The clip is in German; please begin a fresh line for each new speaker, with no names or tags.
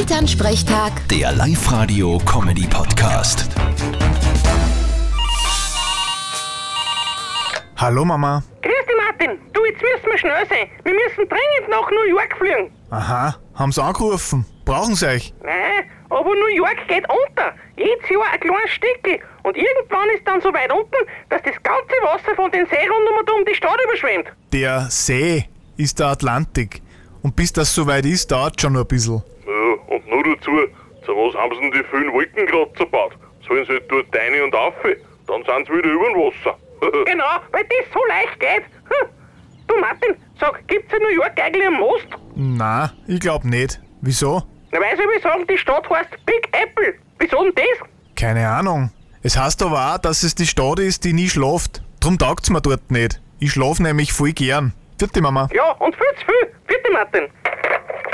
Elternsprechtag,
Der Live-Radio-Comedy-Podcast.
Hallo Mama.
Grüß dich, Martin. Du, jetzt müssen wir schnell sein. Wir müssen dringend nach New York fliegen.
Aha, haben sie angerufen. Brauchen sie euch?
Nein, aber New York geht unter. Jedes Jahr ein kleines Stückchen. Und irgendwann ist dann so weit unten, dass das ganze Wasser von den Seerundnummern um die Stadt überschwemmt.
Der See ist der Atlantik. Und bis das soweit ist, dauert schon noch ein bisschen.
Ja, Äh, und nur dazu, zu was haben sie denn die vielen Wolken gerade zerbaut? Sollen sie halt dort deine und auf, dann sind sie wieder über dem Wasser.
Genau, weil das so leicht geht. Hm. Du, Martin, sag, gibt's in New York eigentlich einen Most?
Na, ich glaub nicht. Wieso?
Na, weil sie will sagen, die Stadt heißt Big Apple. Wieso denn das?
Keine Ahnung. Es heißt aber auch, dass es die Stadt ist, die nie schlaft. Drum taugt's mir dort nicht. Ich schlaf nämlich voll gern. Vierte Mama.
Ja, und viel zu viel. Bitte, Martin.